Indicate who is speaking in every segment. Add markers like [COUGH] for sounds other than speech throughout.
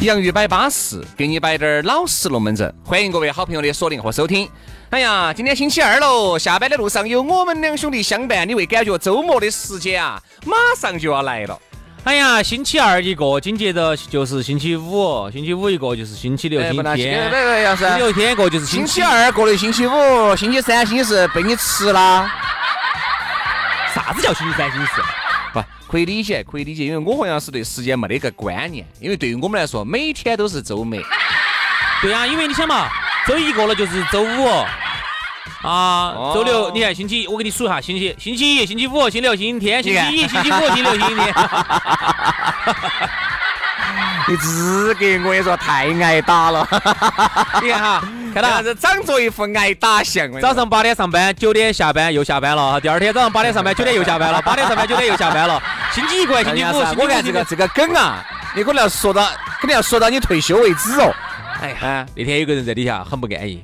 Speaker 1: 洋芋摆巴适，给你摆点儿老实龙门阵。欢迎各位好朋友的锁定和收听。哎呀，今天星期二喽，下班的路上有我们两兄弟相伴，你会感觉周末的时间啊，马上就要来了。
Speaker 2: 哎呀，星期二一个，紧接着就是星期五，哦星期五一个就是星期六、
Speaker 1: 哎
Speaker 2: 星
Speaker 1: 不
Speaker 2: 期
Speaker 1: 拿
Speaker 2: 天，
Speaker 1: 哎哎杨
Speaker 2: 星期
Speaker 1: 生
Speaker 2: 六天一个就是
Speaker 1: 星
Speaker 2: 星
Speaker 1: 期二过了，星期五、星期三、星期四被你吃啦。
Speaker 2: 啥子叫星期三、星期四？
Speaker 1: 不，可以理解，可以理解，因为我和杨是对时间没得一个观念，因为对于我们来说，每天都是周末。
Speaker 2: 对呀、因为你想嘛，周一过了就是周五哦
Speaker 1: 哦
Speaker 2: 啊，周六你看星期，我给你数一下，星期星期一、星期五、星期六、星期天、星期一、星期五、星期六、星期天， [LAUGHS]
Speaker 1: 你资格，我跟你说，太挨打了。你看哈，看到啥子，长着一副挨打相。
Speaker 2: 早上八点上班，九点下班又下班了哈，第二天早上八点上班，九点又下班了，八点上班，九点又下班了，星期一过来，星期五，星期
Speaker 1: 我
Speaker 2: 五
Speaker 1: 看这个这个梗啊，你可能要说到，肯定要说到你退休为止哦。
Speaker 2: 哎呀，
Speaker 1: 哎，
Speaker 2: 那天有个人在底下很不安逸，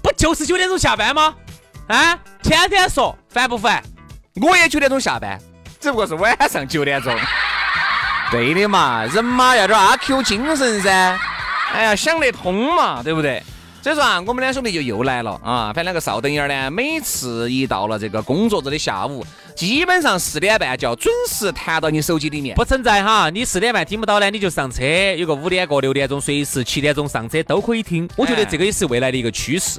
Speaker 2: 不就是九点钟下班吗？啊，天天说烦不烦？
Speaker 1: 我也九点钟下班，只不过是晚上九点钟。对的嘛，人嘛要点阿 Q 精神噻。哎呀，想得通嘛，对不对？所以说啊，我们两兄弟就又来了啊。反正那个邵登眼儿呢，每次一到了这个工作日的下午，基本上四点半就要准时弹到你手机里面。
Speaker 2: 不存在哈，你四点半听不到呢，你就上车，有个五点过、六点钟，随时七点钟上车都可以听。我觉得
Speaker 1: 哎
Speaker 2: 这个也是未来的一个趋势。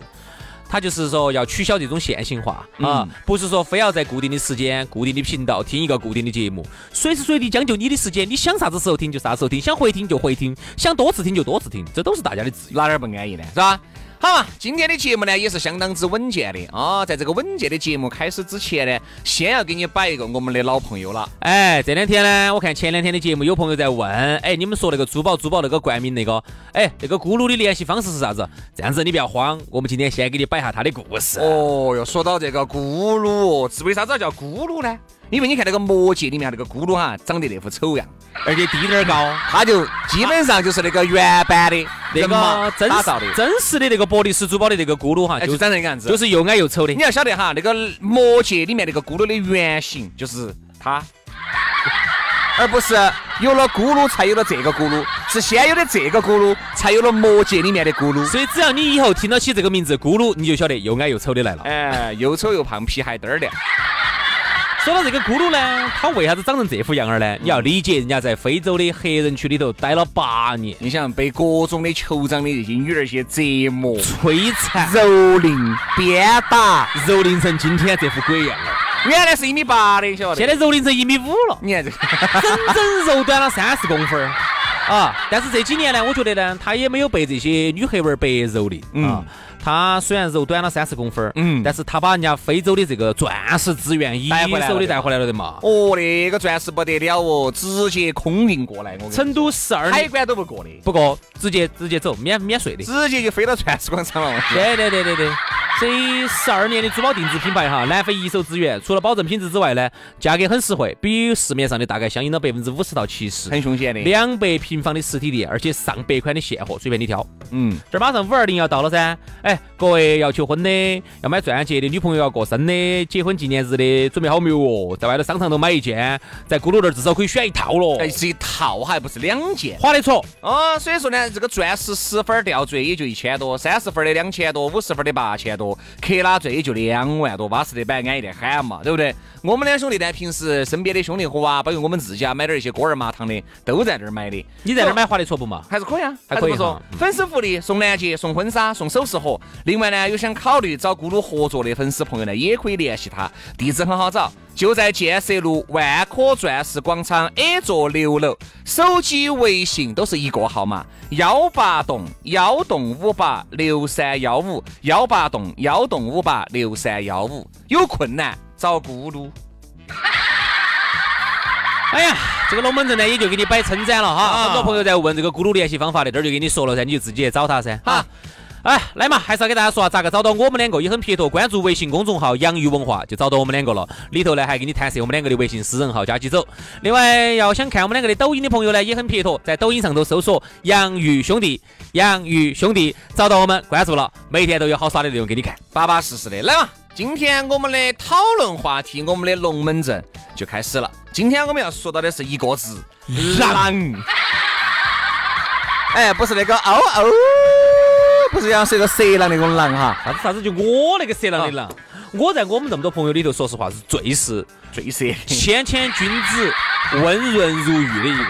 Speaker 2: 它就是说要取消这种线性化啊
Speaker 1: 嗯，
Speaker 2: 不是说非要在固定的时间、固定的频道听一个固定的节目，随时随地将就你的时间，你想啥子时候听就啥时候听，想回听就回听，想多次听就多次听，这都是大家的自由。
Speaker 1: 哪点儿不安逸呢？是吧？好嘛，今天的节目呢也是相当之稳健的啊、在这个稳健的节目开始之前呢，先要给你摆一个我们的老朋友了。
Speaker 2: 哎，这两天呢，我看前两天的节目有朋友在问，哎，你们说那个珠宝珠宝那个冠名那个，哎，那个咕噜的联系方式是啥子？这样子你不要慌，我们今天先给你摆一下他的故事。
Speaker 1: 哦哟，说到这个咕噜，是为啥子要叫咕噜呢？因为你看那个《魔戒》里面那个咕噜哈，长得那副丑样，
Speaker 2: 而且低点儿高，
Speaker 1: 他就基本上就是那个原版的
Speaker 2: 那
Speaker 1: 人马
Speaker 2: 个真
Speaker 1: 打造的
Speaker 2: 实，真实的那个伯利斯珠宝的那个咕噜哈，
Speaker 1: 哎，
Speaker 2: 就
Speaker 1: 就是长那个样子。
Speaker 2: 就，是又矮又丑的
Speaker 1: 你。要晓得哈，那哎个《魔戒》里面那个咕噜的原型就是他，而不是有了咕噜才有了这个咕噜，是先有的这个咕噜，才有了《魔戒》里面的咕噜。
Speaker 2: 所以只要你以后听到起这个名字咕噜，你就晓得又矮又丑的来了。
Speaker 1: 哎，又丑又胖，皮还嘚儿的。
Speaker 2: 说到这个咕噜呢，它为啥子长成这副样儿呢？你要理解人家在非洲的黑人区里头待了八年，
Speaker 1: 你想被各种的酋长的这些女儿些折磨、
Speaker 2: 摧残，
Speaker 1: 蹂躏、鞭打，
Speaker 2: 蹂躏成今天这副鬼样了。
Speaker 1: 原来是一米八的，晓得？
Speaker 2: 现在蹂躏成一米五了，
Speaker 1: [LAUGHS] 你看这个，
Speaker 2: 整整肉短了三十公分儿啊！但是这几年呢，我觉得呢，她也没有被这些女黑娃儿白蹂躏啊
Speaker 1: 嗯。
Speaker 2: 她虽然肉短了三十公分儿，
Speaker 1: 嗯
Speaker 2: 但是她把人家非洲的这个钻石资源一
Speaker 1: 带回来了
Speaker 2: 手的带回来了的嘛。
Speaker 1: 哦，那个钻石不得了哦，直接空运过来，我跟你说
Speaker 2: 成都十二
Speaker 1: 海
Speaker 2: 里，
Speaker 1: 关都不过的，
Speaker 2: 不过直接直接走，免免税的。
Speaker 1: 直接就飞到钻石广场了。我天
Speaker 2: 对对对对对。这十二年的珠宝定制品牌哈，南非一手资源，除了保证品质之外呢，价格很实惠，比市面上的大概相应了百分之五十到七十。
Speaker 1: 很凶险的。
Speaker 2: 两百平方的实体店，而且上百款的现货，随便你挑。
Speaker 1: 嗯，
Speaker 2: 这儿马上五二零要到了噻，哎，各位要求婚的，要买钻戒的，女朋友要过生的，结婚纪念日的，准备好没有哦？在外头商场头买一件，在咕噜那儿至少可以选一套咯，
Speaker 1: 哎，是一套还不是两件
Speaker 2: 划得着。
Speaker 1: 哦，所以说呢，这个钻石十分儿吊坠也就一千多，三十分儿的两千多，五十分儿的八千多，克拉钻也就两万多，巴适的板，安逸的很嘛，对不对？我们两兄弟呢，平时身边的兄弟伙啊，包括我们自己啊，买点儿一些锅儿麻糖的，都在这儿买的。
Speaker 2: 你在那儿买划得着不嘛？
Speaker 1: 还是可以啊，
Speaker 2: 还可以
Speaker 1: 不错
Speaker 2: 哈嗯
Speaker 1: 粉丝福利送钻戒、送婚纱、送首饰盒。另外呢，有想考虑找咕噜合作的粉丝朋友呢，也可以联系他，地址很好找，就在建设路万科钻石广场 A 座六楼，手机、微信都是一个号码：幺八栋幺栋五八六三幺五，幺八栋幺栋五八六三幺五。有困难找咕噜。
Speaker 2: 哎呀，这个龙门阵呢，也就给你摆撑展了哈。
Speaker 1: 啊
Speaker 2: 很多朋友在问这个咕噜联系方法的，这儿就给你说了噻，你就自己去找他噻。哈，哎，来嘛，还是要给大家说啊，咋个找到我们两个也很撇脱，关注微信公众号“洋芋文化”就找到我们两个了。里头呢还给你弹射我们两个的微信私人号，加起走。另外，要想看我们两个的抖音的朋友呢，也很撇脱，在抖音上头搜索“洋芋兄弟”，洋芋兄弟找到我们，关注了，每天都有好耍的内容给你看。
Speaker 1: 巴巴适适的。来嘛，今天我们的讨论话题，我们的龙门阵就开始了。今天我们要说到的是一个字， [LAUGHS] 狼。哎，不是那个嗷嗷，不是像是一个色狼那种狼哈，
Speaker 2: 啥子啥子？就我那个色狼的狼，我在我们这么多朋友里头，说实话是最是。
Speaker 1: 最色。
Speaker 2: 谦谦君子、温润如玉的一个。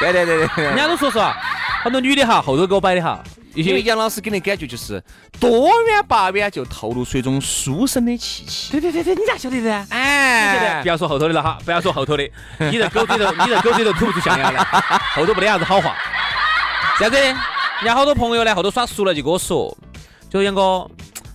Speaker 1: 对对对对
Speaker 2: 人家都说是吧，很多女的哈，后头给我摆的哈，一
Speaker 1: 因为
Speaker 2: 些
Speaker 1: 杨老师给人感觉就是多远八远就透露出一种书生的气息。对对对对，你咋晓得的？哎
Speaker 2: 不，要说后头的了哈，不要说后头的， [LAUGHS] 你这狗嘴头，你这狗嘴头吐不出象牙来，后头没得啥子好话。这样子，人家好多朋友呢，后头耍熟了就跟我说，就杨哥。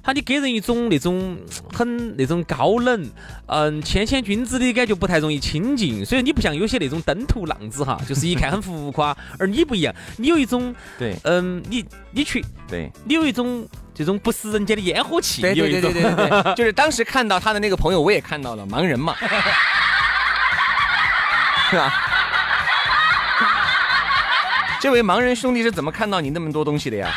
Speaker 2: 他你给人一种那种很那种高冷，嗯，谦谦君子的感觉，不太容易亲近。所以你不像有些那种登徒浪子哈，就是一看很浮夸，而你不一样，你有一种
Speaker 1: 对
Speaker 2: 嗯，你你去，
Speaker 1: 对。
Speaker 2: 你有一种这种不食人间的烟火气，
Speaker 1: 对
Speaker 2: 你有
Speaker 1: 对
Speaker 2: 一种
Speaker 1: 对对
Speaker 2: [LAUGHS]
Speaker 1: 对对 [LAUGHS] 对，就是当时看到他的那个朋友，我也看到了盲人嘛， [LAUGHS] 是吧？这位盲人兄弟是怎么看到你那么多东西的呀？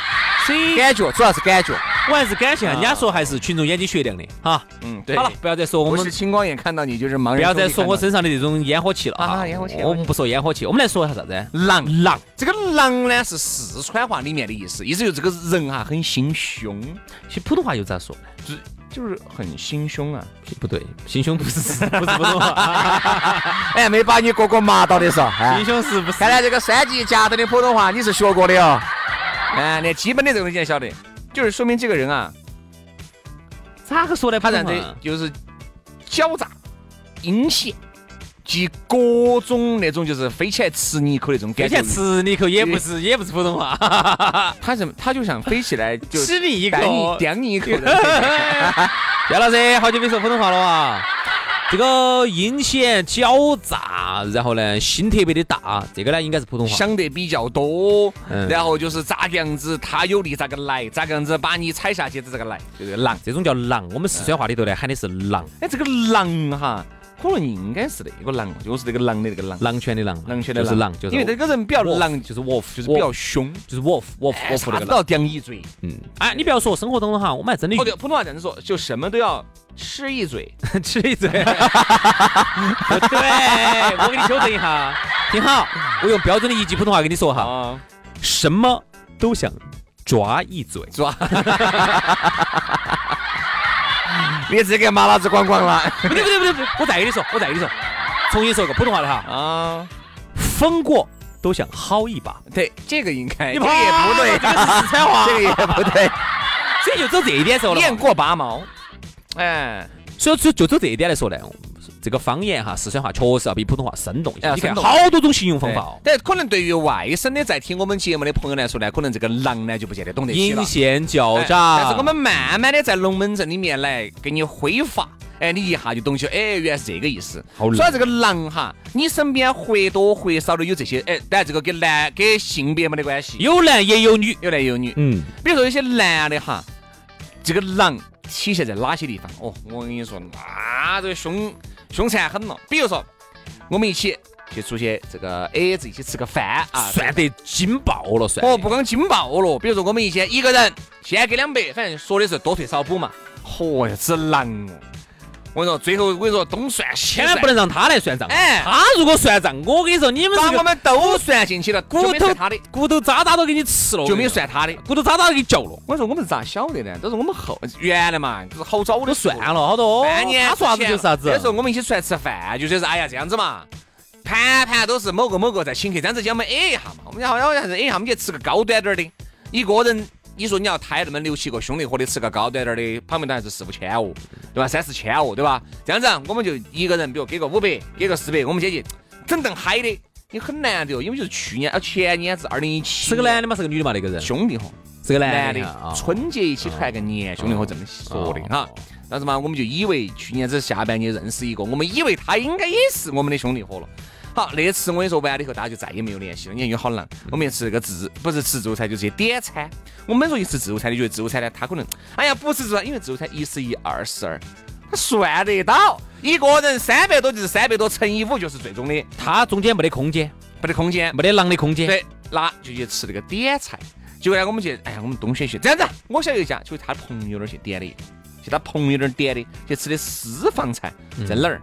Speaker 2: 所以
Speaker 1: 感觉主要是感觉，
Speaker 2: 我还是感谢人家说还是群众眼睛雪亮的哈。
Speaker 1: 嗯，对
Speaker 2: 好了，不要再说我
Speaker 1: 不是
Speaker 2: 们，
Speaker 1: 青光眼看到你，就是盲人。
Speaker 2: 不要再说我身上的这种烟火气了
Speaker 1: 啊
Speaker 2: 啊！
Speaker 1: 烟火气
Speaker 2: 我们不说烟火气，我们来说一下啥子？
Speaker 1: 狼
Speaker 2: 狼，
Speaker 1: 这个狼呢是四川话里面的意思，意思就是这个人啊很心 [LAUGHS] 胸，
Speaker 2: 其实普通话又咋说呢？
Speaker 1: 就是很心胸啊。 [LAUGHS]
Speaker 2: 不对，心胸不是不是普通话， [LAUGHS]
Speaker 1: 哎，没把你哥哥麻到的是吧？哎
Speaker 2: 心胸是不是？
Speaker 1: 看来这个三级甲等的普通话你是学过的哦。哎，连基本的这个东西还晓得，就是说明这个人啊，
Speaker 2: 咋个说呢？
Speaker 1: 他
Speaker 2: 普
Speaker 1: 这
Speaker 2: 通
Speaker 1: 样子
Speaker 2: 话
Speaker 1: 就是狡诈、阴险及各种那种就是飞起来吃你一口那种
Speaker 2: 之
Speaker 1: 感觉。
Speaker 2: 前吃你一口也不是也不是普通话，
Speaker 1: 他怎么他就想飞起来 [LAUGHS]
Speaker 2: [LAUGHS]
Speaker 1: 就
Speaker 2: 吃你一
Speaker 1: 逮你
Speaker 2: 口，
Speaker 1: 叼你一口的。 [LAUGHS]
Speaker 2: 哎杨老师，好久没说普通话了哇！这个阴险狡诈，然后呢心特别的大，这个呢应该是普通话。
Speaker 1: 想得比较多，
Speaker 2: 嗯
Speaker 1: 然后就是咋个样子，他有力咋个来，咋个样子把你踩下去的咋个来，就这个狼。
Speaker 2: 这种叫狼，我们四川话里
Speaker 1: 嗯
Speaker 2: 头呢喊的是狼，
Speaker 1: 哎，这个狼哈，可能应该是那个狼，就是那个狼的那个狼。
Speaker 2: 狼犬的狼，
Speaker 1: 狼犬的
Speaker 2: 就是狼，就是
Speaker 1: 因为那个人比较
Speaker 2: wolf，
Speaker 1: 狼，
Speaker 2: 就是 wolf，
Speaker 1: 就是比较凶，
Speaker 2: 就是 wolf wolf
Speaker 1: 哎
Speaker 2: wolf
Speaker 1: 啥
Speaker 2: 那个
Speaker 1: 子都
Speaker 2: 狼。
Speaker 1: 要叼一嘴。
Speaker 2: 嗯，哎，你不要说，生活当中哈，我们还真的
Speaker 1: 哦对，普通话这样说，就什么都要吃一 [LAUGHS] 嘴。
Speaker 2: [LAUGHS] 吃一嘴。不对，我给你纠正一
Speaker 1: [LAUGHS]
Speaker 2: 下，挺好，我用标准的一级普通话跟你说哈，
Speaker 1: 啊，
Speaker 2: 什么都想抓一嘴。
Speaker 1: 抓！你这个马老子光光了
Speaker 2: 不对不对不对不对，我再给你说，我再给你说，重新说一个普通话的哈，
Speaker 1: [LAUGHS] 啊！
Speaker 2: 风过都想薅一把。
Speaker 1: 对，这个应该，
Speaker 2: 你
Speaker 1: 啊这个也不对，
Speaker 2: 这个是四川话，
Speaker 1: [LAUGHS] 这个也不对，
Speaker 2: 所以就走这一点说了嘛。
Speaker 1: 雁过拔毛。哎，
Speaker 2: 所以就就走这一点来说呢，这个方言哈，四川话确实要比普通话生动一些。
Speaker 1: 哎
Speaker 2: 你看
Speaker 1: 生动
Speaker 2: 好多种形容方
Speaker 1: 对
Speaker 2: 法哦，
Speaker 1: 但可能对于外省的在听我们节目的朋友来说呢，可能这个狼呢就不见得懂得哎起了
Speaker 2: 阴。险狡诈。
Speaker 1: 哎但是我们慢慢的在龙门阵里面来给你挥发，哎，你一下就懂起，哎，原来是这个意思。
Speaker 2: 好冷
Speaker 1: 所以这个狼哈，你身边或多或少的有这些，哎，但这个跟男跟性别没得关系，
Speaker 2: 有男也有女，
Speaker 1: 有男有女。
Speaker 2: 嗯，
Speaker 1: 比如说有些男的哈，这个狼体现在哪些地方？哦，我跟你说，那这个凶凶残很了。比如说，我们一起去出去这个 A 子一起吃个饭啊，
Speaker 2: 算得惊爆了，算得。
Speaker 1: 哦，不光惊爆了，比如说我们以前一个人先给两百，反正说的是多退少补嘛。嚯、哟，只狼哦！我跟你说，最后我跟你说，东算西
Speaker 2: 千
Speaker 1: 算，
Speaker 2: 万不能让他来算账。
Speaker 1: 哎
Speaker 2: 他如果算账，我跟你说，你们
Speaker 1: 把
Speaker 2: 这
Speaker 1: 我
Speaker 2: 个
Speaker 1: 们都算进去了，
Speaker 2: 骨
Speaker 1: 就没
Speaker 2: 头
Speaker 1: 算他的，
Speaker 2: 骨头渣渣都给你吃了，我
Speaker 1: 就没
Speaker 2: 跟你
Speaker 1: 有
Speaker 2: 说
Speaker 1: 算他的。
Speaker 2: 骨头渣渣都给你嚼了，
Speaker 1: 我跟你说，我们是咋晓得的？都是我们后原来嘛，就是好早的
Speaker 2: 都
Speaker 1: 时
Speaker 2: 算
Speaker 1: 候
Speaker 2: 了，好多。
Speaker 1: 半年
Speaker 2: 哦他说啥子就是啥子。
Speaker 1: 那时候我们一起出来吃饭，就说是哎呀这样子嘛，盘盘都是哎某个某个在请客，这样子讲我们 A 一下嘛，我们讲好像还是 A 一下，我们去吃个高端点儿的，一个人你说你要抬那么六七个兄弟伙的，吃个高端点儿的，旁边都还是四五千哦，对吧？三四千哦，对吧？这样子啊我们就一个人，比如给个五百，给个四百，我们先去整顿嗨的，你很难的哦，因为就是去年啊前年至二零一七，
Speaker 2: 是个男的嘛，是个女的嘛？那个人
Speaker 1: 兄弟伙。
Speaker 2: 是个
Speaker 1: 男
Speaker 2: 男的
Speaker 1: 的
Speaker 2: 啊，，
Speaker 1: 春节一起团个年，兄弟伙这么说的
Speaker 2: 哦。
Speaker 1: 哈当时嘛，我们就以为去年子下半年认识一个，我们以为他应该也是我们的兄弟伙了。好，那次我跟你说完了以后，大家就再也没有联系了。你看有好难，我们去吃个自不是吃自助餐，就是点餐。我们说去吃自助餐，你觉得自助餐呢？他可能，哎呀，不是自助餐，因为自助餐一十一、二十二，他算得到。一个人三百多就是三百多乘以五，就是最终的，
Speaker 2: 他中间没得空间，
Speaker 1: 没得空间。
Speaker 2: 没得狼的空间。，
Speaker 1: 对，那就去吃那个点菜。结果呢，我们去，哎呀，我们东轩去，这样子，我晓得一家，就是他朋友那儿去点的，去他朋友那儿点的，去吃的私房菜，在哪儿？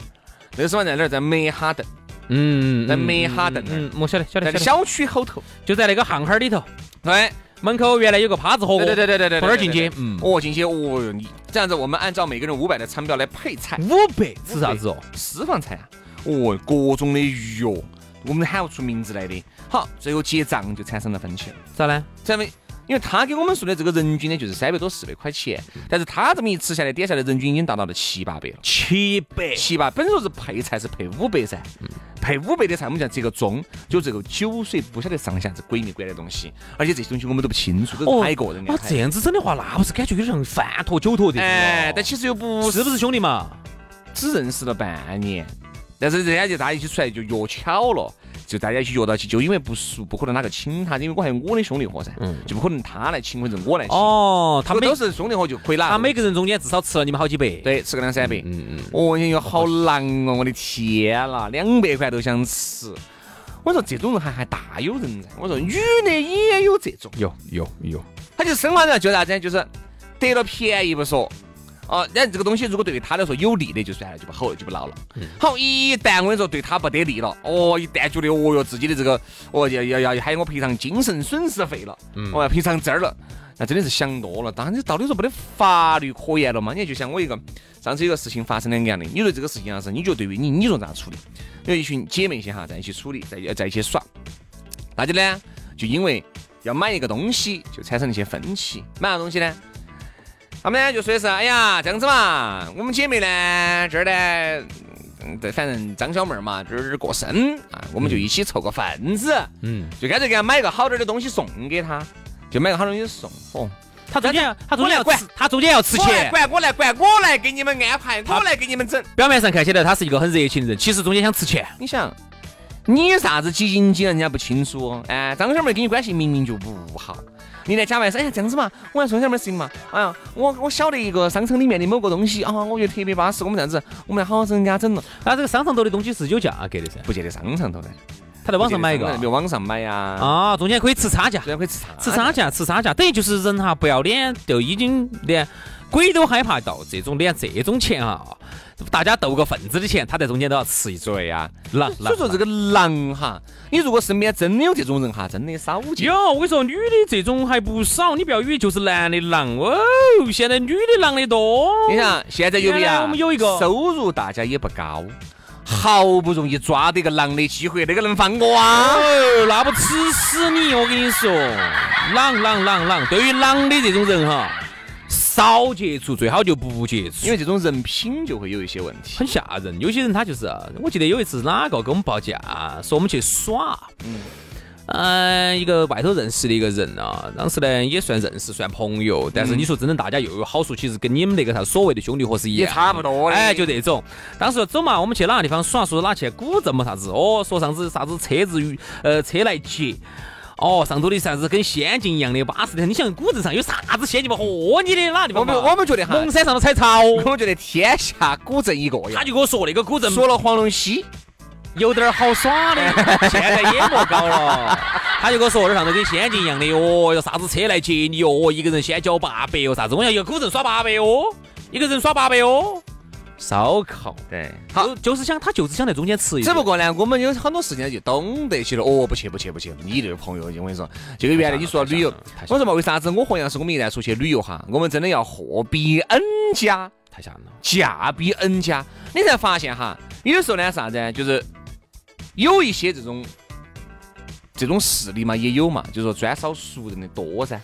Speaker 1: 那个私房菜在哪儿？在梅哈顿，
Speaker 2: 嗯，
Speaker 1: 在
Speaker 2: 嗯
Speaker 1: 梅哈顿那儿
Speaker 2: 嗯，嗯我晓得，晓
Speaker 1: 在
Speaker 2: 得，晓得，
Speaker 1: 小区口头。
Speaker 2: 就在那个巷巷儿里头，
Speaker 1: 对，
Speaker 2: 门口原来有个趴子火锅，
Speaker 1: 对对对对对，
Speaker 2: 从那儿进去，
Speaker 1: 嗯
Speaker 2: 嗯，
Speaker 1: 哦，进去，哦哟，你这样子，我们按照每个人五百的餐标来配菜，
Speaker 2: 五百吃啥子哦？
Speaker 1: 私房菜啊，哦，各种的鱼哦，我们喊不出名字来的。好，最后结账就产生了分歧了。
Speaker 2: 咋呢？
Speaker 1: 咱们，因为他给我们说的这个人均呢，就是三百多四百块钱，
Speaker 2: 嗯
Speaker 1: 但是他这么一吃下来，点下来人均已经达到了七八百了。
Speaker 2: 七百
Speaker 1: 七八，本身说是配菜是配五百噻，
Speaker 2: 嗯
Speaker 1: 配五百的菜，我们叫这个盅，就这个酒水不晓得上下是鬼迷鬼的东西，而且这些东西我们都不清楚，都
Speaker 2: 哦
Speaker 1: 是他一个人
Speaker 2: 哦
Speaker 1: 安，排
Speaker 2: 这样子整的话，那不是感觉有点像饭坨酒坨这种哦
Speaker 1: 哎，但其实又不
Speaker 2: 是不是兄弟嘛？
Speaker 1: 只认识了半年，但是人家就大家一起出来就约巧了，就大家一起约到起，就因为不熟，不可能哪个请他，因为我还有我的兄弟伙噻，就不可能他来请或者哎我来
Speaker 2: 嗯
Speaker 1: 请，
Speaker 2: 哦，他
Speaker 1: 如
Speaker 2: 每
Speaker 1: 果都是兄弟伙就可以拿。
Speaker 2: 他每个人中间至少吃了你们好几百。，
Speaker 1: 对，吃个两三百。
Speaker 2: 嗯嗯，
Speaker 1: 哦，你有好难哦，我的天啦，两百块都想吃。我说这种人还还大有人在。我说女的也有这种，
Speaker 2: 有有有，
Speaker 1: 她就生完了啊就啥子呢，就是得了便宜不说。哦，然后这个东西如果对于她来说有利的，就算了，就不好，就不闹了。好，一旦我跟你说对她不得利了，哦，一旦觉得哦哟自己的这个，哦要要要喊我赔偿精神损失费了，哦我要赔偿这儿了，那真的是想多了。当然，到底说没得法律可言了嘛？你看，就像我一个上次有个事情发生两个样的，你说这个事情啊是，你觉得对于你，你说咋处理？有一群姐妹些哈在一起处理，在在一起耍，大家呢就因为要买一个东西，就产生了一些分歧。买啥东西呢？他们呢就说的是，哎呀，这样子嘛，我们姐妹呢这儿呢，嗯对，反正张小妹儿嘛，这儿过生啊，我们就一起凑个份子，
Speaker 2: 嗯，
Speaker 1: 就干脆给她买个好点儿的东西送给她，就买个好东西送。哦，
Speaker 2: 他中间他中间要
Speaker 1: 我来
Speaker 2: 吃，他中间要吃
Speaker 1: 我来
Speaker 2: 钱。
Speaker 1: 管，我来管，我来给你们安排，我来给你们整。
Speaker 2: 表面上看起来他是一个很热情的人，其实中间想吃钱。
Speaker 1: 你想，你啥子几斤几两人家不清楚哦，哎，张小妹跟你关系明明就不好，你来假扮是哎呀这样子嘛，我要送小妹儿事情嘛，哎呀，我我晓得一个商场里面的某个东西啊，我觉得特别巴适，我们这样子，我们来好好整给她整了，
Speaker 2: 他这个商场头的东西是有价格的噻，
Speaker 1: 不见得商场头的，
Speaker 2: 他在网上买一个
Speaker 1: 比如网上买呀，
Speaker 2: 啊，中间可以吃差价，
Speaker 1: 虽然可以吃啥，
Speaker 2: 吃差价，吃差价，等于就是人哈不要脸，就已经连鬼都害怕到这种连这种钱啊，大家斗个份子的钱，他在中间都要吃一嘴呀。那
Speaker 1: 所以说这个狼哈，你如果身边真的有这种人哈，真的少见。
Speaker 2: 有，我跟你说，女的这种还不少，你不要以为就是男的狼哦，现在女的狼的多。
Speaker 1: 你想现在有没
Speaker 2: 原
Speaker 1: 有
Speaker 2: 来
Speaker 1: 啊？
Speaker 2: 我们有一个
Speaker 1: 收入大家也不高，好不容易抓到一个狼的机会，那个能放过啊？
Speaker 2: 哦，那不吃死你！我跟你说，狼狼狼狼，对于狼的这种人哈，少接触最好就不接触，
Speaker 1: 因为这种人品就会有一些问题。
Speaker 2: 很吓人。有些人他就是，我记得有一次哪个给我们报价，说我们去耍，嗯。一个外头认识的一个人啊，当时呢也算认识，算朋友，但
Speaker 1: 嗯
Speaker 2: 是你说真的，大家又有好处，其实跟你们那个啥所谓的兄弟伙是一样的，
Speaker 1: 也差不多的
Speaker 2: 哎，就这种。当时走嘛，我们去哪个地方耍，说哪去古镇嘛啥子，哦，说上次啥子车子与呃车来接。哦，上头的啥子跟仙境一样的巴适的很，你想古镇上有啥子仙境嘛？嚯，你的哪个地方
Speaker 1: 我
Speaker 2: 嘛？
Speaker 1: 们我们觉得哈
Speaker 2: 蒙山上头采草，
Speaker 1: [LAUGHS] 我觉得天下古镇一个
Speaker 2: 他
Speaker 1: 呀，
Speaker 2: 就跟我说那个古镇
Speaker 1: [LAUGHS] 说了黄龙溪，
Speaker 2: 有点儿好耍的， [LAUGHS] 现在也莫搞 [LAUGHS] 了。他就跟我说，这上头跟仙境一样的哦，有啥子车来接你哦，一个人先交八百哦，啥子？我要一个古镇耍八百哦，一个人耍八百哦，烧烤。
Speaker 1: 对，好。
Speaker 2: 就就是想他就是想在中间吃一
Speaker 1: 只
Speaker 2: 顿
Speaker 1: 不过呢，我们有很多事情就懂得起了。哦，不去不去不去，你这个朋友，我跟你说，就跟原来你说 [LAUGHS] 旅游
Speaker 2: 太吓人了太吓人，了
Speaker 1: 我说嘛，为啥子我和杨是我们一旦出去旅游哈，我们真的要货比 N 家，
Speaker 2: 太吓人了。
Speaker 1: 价比 N 家，你才发现哈，有的时候呢啥子呢，就是有一些这种这种势力嘛，也有嘛，就是说专烧熟人的多噻。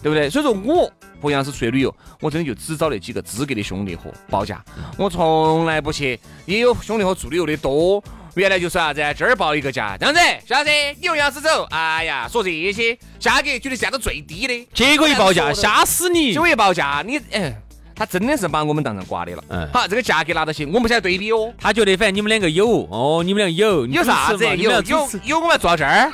Speaker 1: 对不对？所以说我不像是出去旅游，我真的就只找那几个资格的兄弟伙报价，我从来不去。也有兄弟伙做旅游的多，原来就说啥子，这儿报一个价，这样子，啥子，你又要是走，哎呀，说这些价格觉得价到最低的，
Speaker 2: 结果一报价，吓死
Speaker 1: [LAUGHS]
Speaker 2: 你！
Speaker 1: 九一报价，你哎，他真的是把我们当成瓜的了。
Speaker 2: 嗯
Speaker 1: 好，这个价格拿到起，我们现在对比哦，
Speaker 2: 他觉得反正你们两个有哦，你们两个有，你
Speaker 1: 有啥
Speaker 2: 主持
Speaker 1: 子？
Speaker 2: 嘛你们
Speaker 1: 有
Speaker 2: 俩主
Speaker 1: 有
Speaker 2: 持，
Speaker 1: 有我们坐这儿，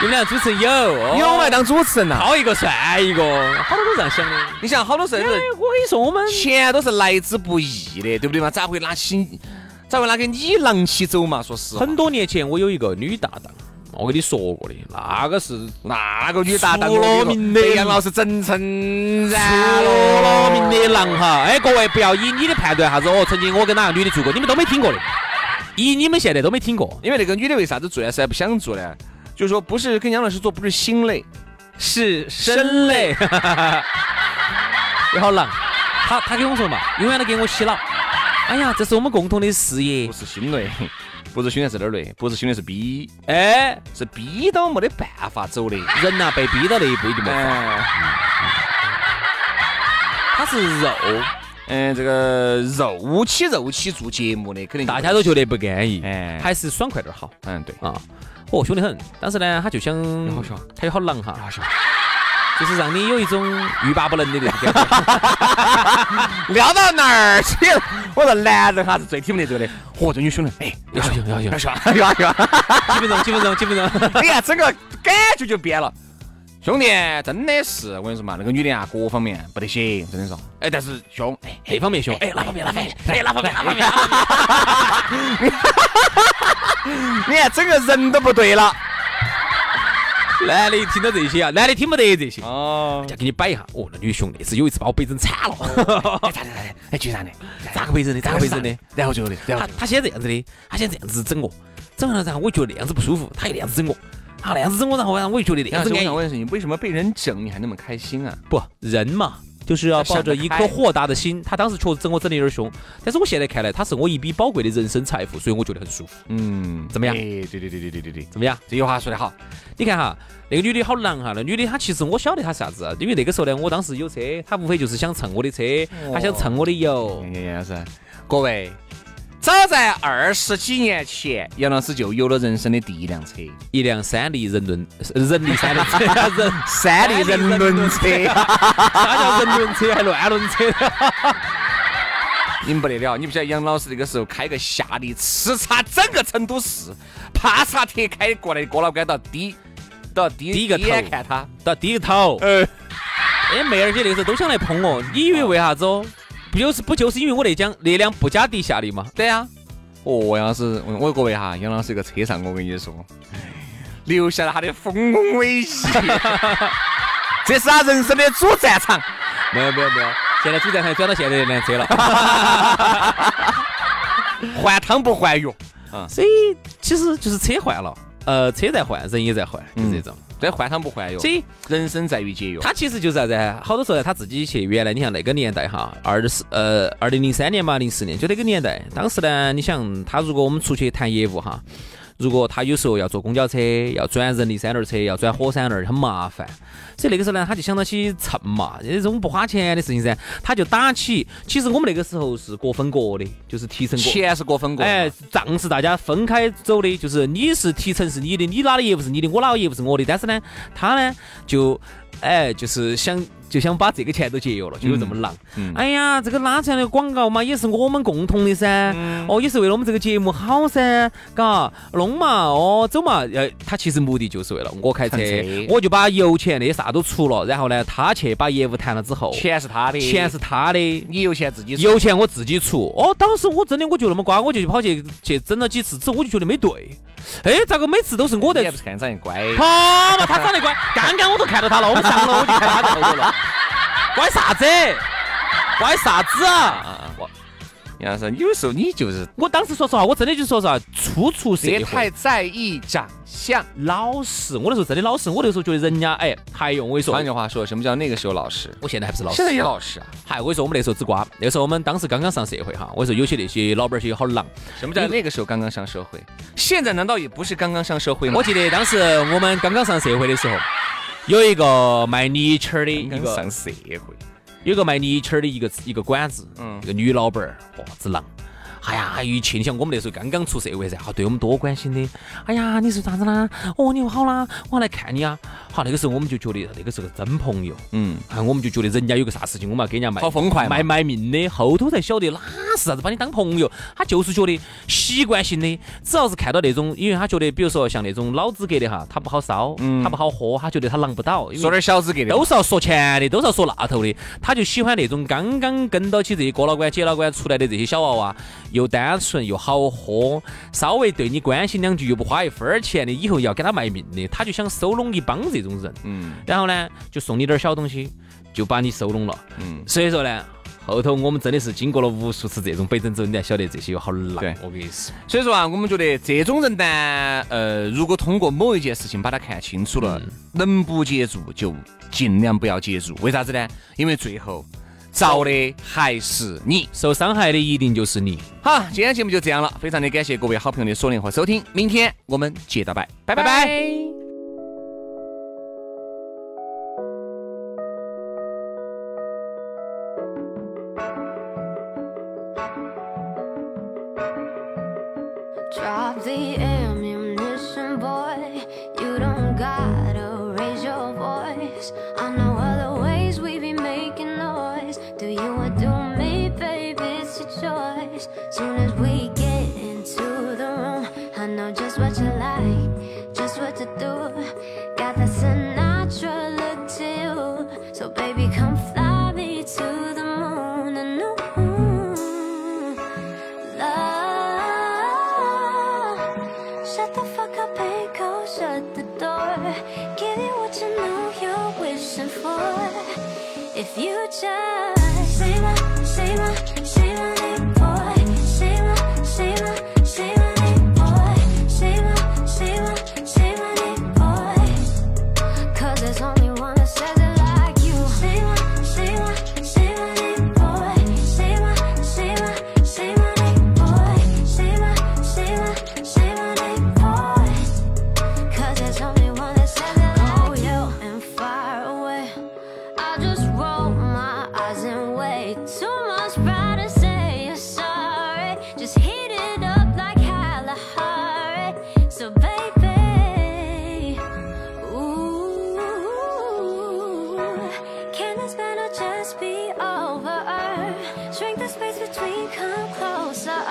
Speaker 2: 你们俩主持人有，哦
Speaker 1: 有我们当主持人呐。
Speaker 2: 掏一个算一个，好多都这样想的。哎
Speaker 1: 你想，好多事儿都是
Speaker 2: 我跟你说，我们
Speaker 1: 钱都是来之不易的，对不对嘛？咋会拿起，咋会拿给你囊起走嘛？说实话，
Speaker 2: 很多年前我有一个女搭档，我跟你说过的，那个是
Speaker 1: 那个女搭档
Speaker 2: 出了
Speaker 1: 我跟你
Speaker 2: 名
Speaker 1: 说
Speaker 2: 的
Speaker 1: 哦被杨老师整成
Speaker 2: 出
Speaker 1: 噻
Speaker 2: 了名的狼哈！哎，各位不要以你的判断啥子哦，曾经我跟哪个女的住过，你们都没听过的，以你们现在都没听过。
Speaker 1: 因为那个女的为啥子做呢？是还不想做呢？就是说不是跟杨老师做，不是心累，
Speaker 2: 是生嘞，也好狼。他他跟我说嘛，永远都给我洗脑。哎呀，这是我们共同的事业
Speaker 1: 不。是心累， [LAUGHS] 不是心累是哪儿累？不是心累是逼，
Speaker 2: 哎，
Speaker 1: 是逼到没得办法走的。
Speaker 2: 人呐、被逼到那一步，一定没法。
Speaker 1: [LAUGHS] 哎，
Speaker 2: 他是肉，
Speaker 1: 嗯，这个肉起肉起做节目的，肯定就
Speaker 2: 大家都觉得不安逸，
Speaker 1: 哎，
Speaker 2: 还是爽快点儿好
Speaker 1: 嗯对，
Speaker 2: 啊。哦，凶得很。但是呢，他就想，他就好狼哈，就是让你有一种欲罢不能的那种感觉。
Speaker 1: 聊到哪儿去了？我说男人哈是最听不得这个的。 [LAUGHS] 嚯，这女兄弟，哎，
Speaker 2: 要行要行
Speaker 1: 要，啥要啥？
Speaker 2: 几分钟几分钟几分钟。
Speaker 1: [LAUGHS] 哎呀，整个感觉就变了。兄弟，真的是我跟你说嘛，那个女的啊，各方面不得行，真的是。哎，但是凶，哎，
Speaker 2: 这方面凶，哎，哪方
Speaker 1: [LAUGHS]
Speaker 2: 面哪方面，哎，哪方面哪方面。
Speaker 1: 你看整个人都不对了。
Speaker 2: 男的一听到这些啊，男的听不得这些。
Speaker 1: 哦，
Speaker 2: 再给你摆一下，哦，那女兄那是有一次把我背整惨了，
Speaker 1: 哎，咋的咋的？哎，居然的，
Speaker 2: [LAUGHS] 咋个背整的？咋个背整的？？
Speaker 1: 然后就的，然后
Speaker 2: 他他先这样子的，他先这样子整我，整完了然后我觉得那样子不舒服，他又那样子整我，他那样子整我，然后然后我就觉得那
Speaker 1: 然
Speaker 2: 样
Speaker 1: 后
Speaker 2: 子
Speaker 1: 哎我
Speaker 2: 安逸。
Speaker 1: 想问是你为什么被人整你还那么开心啊？
Speaker 2: 不，人嘛。就是要抱着一颗豁达的心，他当时确实整我整的有点凶，但是我现在看来，他是我一笔宝贵的人生财富，所以我觉得很舒服。
Speaker 1: 嗯，
Speaker 2: 怎么样
Speaker 1: 哎，对对对对对对对，
Speaker 2: 怎么样？
Speaker 1: 这句话说得好。
Speaker 2: 你看哈，那个女的好狼哈，那女的她其实我晓得她是啥子，因为那个时候呢，我当时有车，她无非就是想蹭我的车，她想蹭我的油。
Speaker 1: 杨杨老师，各位，早在二十几年前，杨老师就有了人生的第一辆车
Speaker 2: 一辆三菱人轮，呃人力三轮车，人
Speaker 1: ——山
Speaker 2: 地人
Speaker 1: 轮车。
Speaker 2: 啥叫人轮车还乱轮车？
Speaker 1: 你们不得了，你不晓得杨老师那个时候开个夏利，叱咤整个成都市，帕萨特开过来过老倌到低到低
Speaker 2: 低个头
Speaker 1: 眼看他，
Speaker 2: 到低头，哎，妹儿姐那个时候都想来捧我，你以为为啥子哦？不就是不就是因为我那辆那辆布加迪夏利嘛？
Speaker 1: 对呀、哦，杨老师，我我各位哈，杨老师这个车上，我跟你 [LAUGHS] 说，留下了他的丰功伟绩， [LAUGHS] 这是他人生的主战场。
Speaker 2: 没有没有没有，现在主战场转到现在那辆车了。
Speaker 1: 换汤不换药，
Speaker 2: [LAUGHS] 所以其实就是车换了，呃，车在换，人也在换，就是这种。
Speaker 1: 这换汤不换药。
Speaker 2: 所以
Speaker 1: 人生在于节约。
Speaker 2: 他其实就是啥子啊？好多时候他自己去，原来你像那个年代哈，二十呃二零零三年嘛，零四年就那个年代，当时呢，你想他如果我们出去谈业务哈，如果他有时候要坐公交车，要转人力三轮车，要转火三轮，很麻烦。所以那个时候呢，他就想到起蹭嘛，这种不花钱的事情噻，他就打起。其实我们那个时候是各分各的，就是提成各。
Speaker 1: 钱是过分过，
Speaker 2: 哎，，账是大家分开走的，就是你是提成是你的，你拿的业务是你的，我拿的业务是我的。但是呢，他呢就哎就是想就想把这个钱都节约了，就是这么浪。
Speaker 1: 嗯
Speaker 2: 哎呀，这个拉出来的广告嘛，也是我们共同的噻，
Speaker 1: 嗯
Speaker 2: 哦，也是为了我们这个节目好噻，嘎，弄嘛，哦，走嘛，呃，他其实目的就是为了我开车
Speaker 1: 看车，
Speaker 2: 我就把油钱那些啥都出了，然后呢，他去把业务谈了之后，
Speaker 1: 钱是他的，
Speaker 2: 钱是他的，
Speaker 1: 你有钱自己
Speaker 2: 油钱我自己出。哦，当时我真的我觉得那么瓜，我就去跑去去整了几次之后，我就觉得没对。哎，咋个每次都是我
Speaker 1: 你还
Speaker 2: 在
Speaker 1: 不？是看长得乖？
Speaker 2: 好嘛，他长得乖，刚刚我都看到他了，我们上楼我就看到他在后头了， [LAUGHS] 乖啥子？乖啥子啊？我
Speaker 1: 杨老师，有时候你就是
Speaker 2: 我当时说实话，我真的就说实话，初出社
Speaker 1: 别太
Speaker 2: 会，
Speaker 1: 在意长相。
Speaker 2: 老实。我那时候真的老实，我那时候觉得人家哎，还用我跟你说
Speaker 1: 换，句话说，什么叫那个时候老实？
Speaker 2: 我现在还不是老实。
Speaker 1: 现在也老实啊。
Speaker 2: 嗨，我跟你说，我们那时候只瓜，那时候我们当时刚刚上社会哈，我跟你说有些那些老板儿些好狼，
Speaker 1: 什么叫那个时候刚刚上社会？现在难道也不是刚刚上社会吗？
Speaker 2: 我记得当时我们刚刚上社会的时候，有一个卖泥鳅儿的一
Speaker 1: 一
Speaker 2: 个
Speaker 1: 个上社会，
Speaker 2: 有个卖泥鳅儿的一个一个馆子，
Speaker 1: 嗯
Speaker 2: 一个女老板儿，哇，之狼。哎呀，一去，你想我们那时候刚刚出社会噻，好对我们多关心的。哎呀，你是咋子啦？哦，你好啦，我来看你啊。好，那个时候我们就觉得那个是个真朋友，
Speaker 1: 嗯，
Speaker 2: 哎，我们就觉得人家有个啥事情，我们要给人家卖，
Speaker 1: 好疯快嘛
Speaker 2: 卖卖命的。后头才晓得哪是啥子把你当朋友，他就是觉得习惯性的，只要是看到那种，因为他觉得，比如说像那种老资格的哈，他不好烧，
Speaker 1: 嗯
Speaker 2: 他不好喝，他觉得他囊不到，因为
Speaker 1: 说点小资格的，
Speaker 2: 都是要说钱的，都是要说那头的，他就喜欢那种刚刚跟到起这些哥老倌、姐老倌出来的这些小娃娃，又单纯又好喝，稍微对你关心两句又不花一分儿钱的，以后要给他卖命的，他就想收拢一帮这种人，
Speaker 1: 嗯
Speaker 2: 然后呢，就送你点儿小东西，就把你收拢了。
Speaker 1: 嗯，
Speaker 2: 所以说呢，后头我们真的是经过了无数次这种北整之后，你才晓得这些有好
Speaker 1: 对
Speaker 2: 烂。我跟你说，
Speaker 1: 所以说啊，我们觉得这种人呢，呃，如果通过某一件事情把他看清楚了，能不接触就尽量不要接触。为啥子呢？因为最后遭的还是你。
Speaker 2: 受伤害的一定就是你。
Speaker 1: 好，今天节目就这样了，非常的感谢各位好朋友的锁定和收听，明天我们接着拜，拜拜拜。
Speaker 3: Drop the ammunition, boy. You don't gotta raise your voice. I know other ways we be making noise. Do you or do me, babe? It's your choice. Soon as we get into the room, I know just what you like, just what to do. Got that Sinatra look to you. So, baby, come fly me to the moon and the love. Shut the fuck up and go shut the door. Give you what you know you're wishing for. If you just say my, say my, say my name, boy. Say my, say my, say my name, boy. Say my, say my, say my name, boy. Cause there's only one that says it like you. Say my, say my, say my name, boy. Say my, say my, say my name, boy. Say my, say my, say my name, boy. Cause there's only one that says it like you and far away. I just roll my eyes and wait. Too much pride to say you're sorry. Just heat it up like Kalahari. So baby, ooh, can this battle just be over? Shrink the space between, come closer.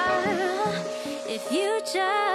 Speaker 3: If you just Oh, Oh,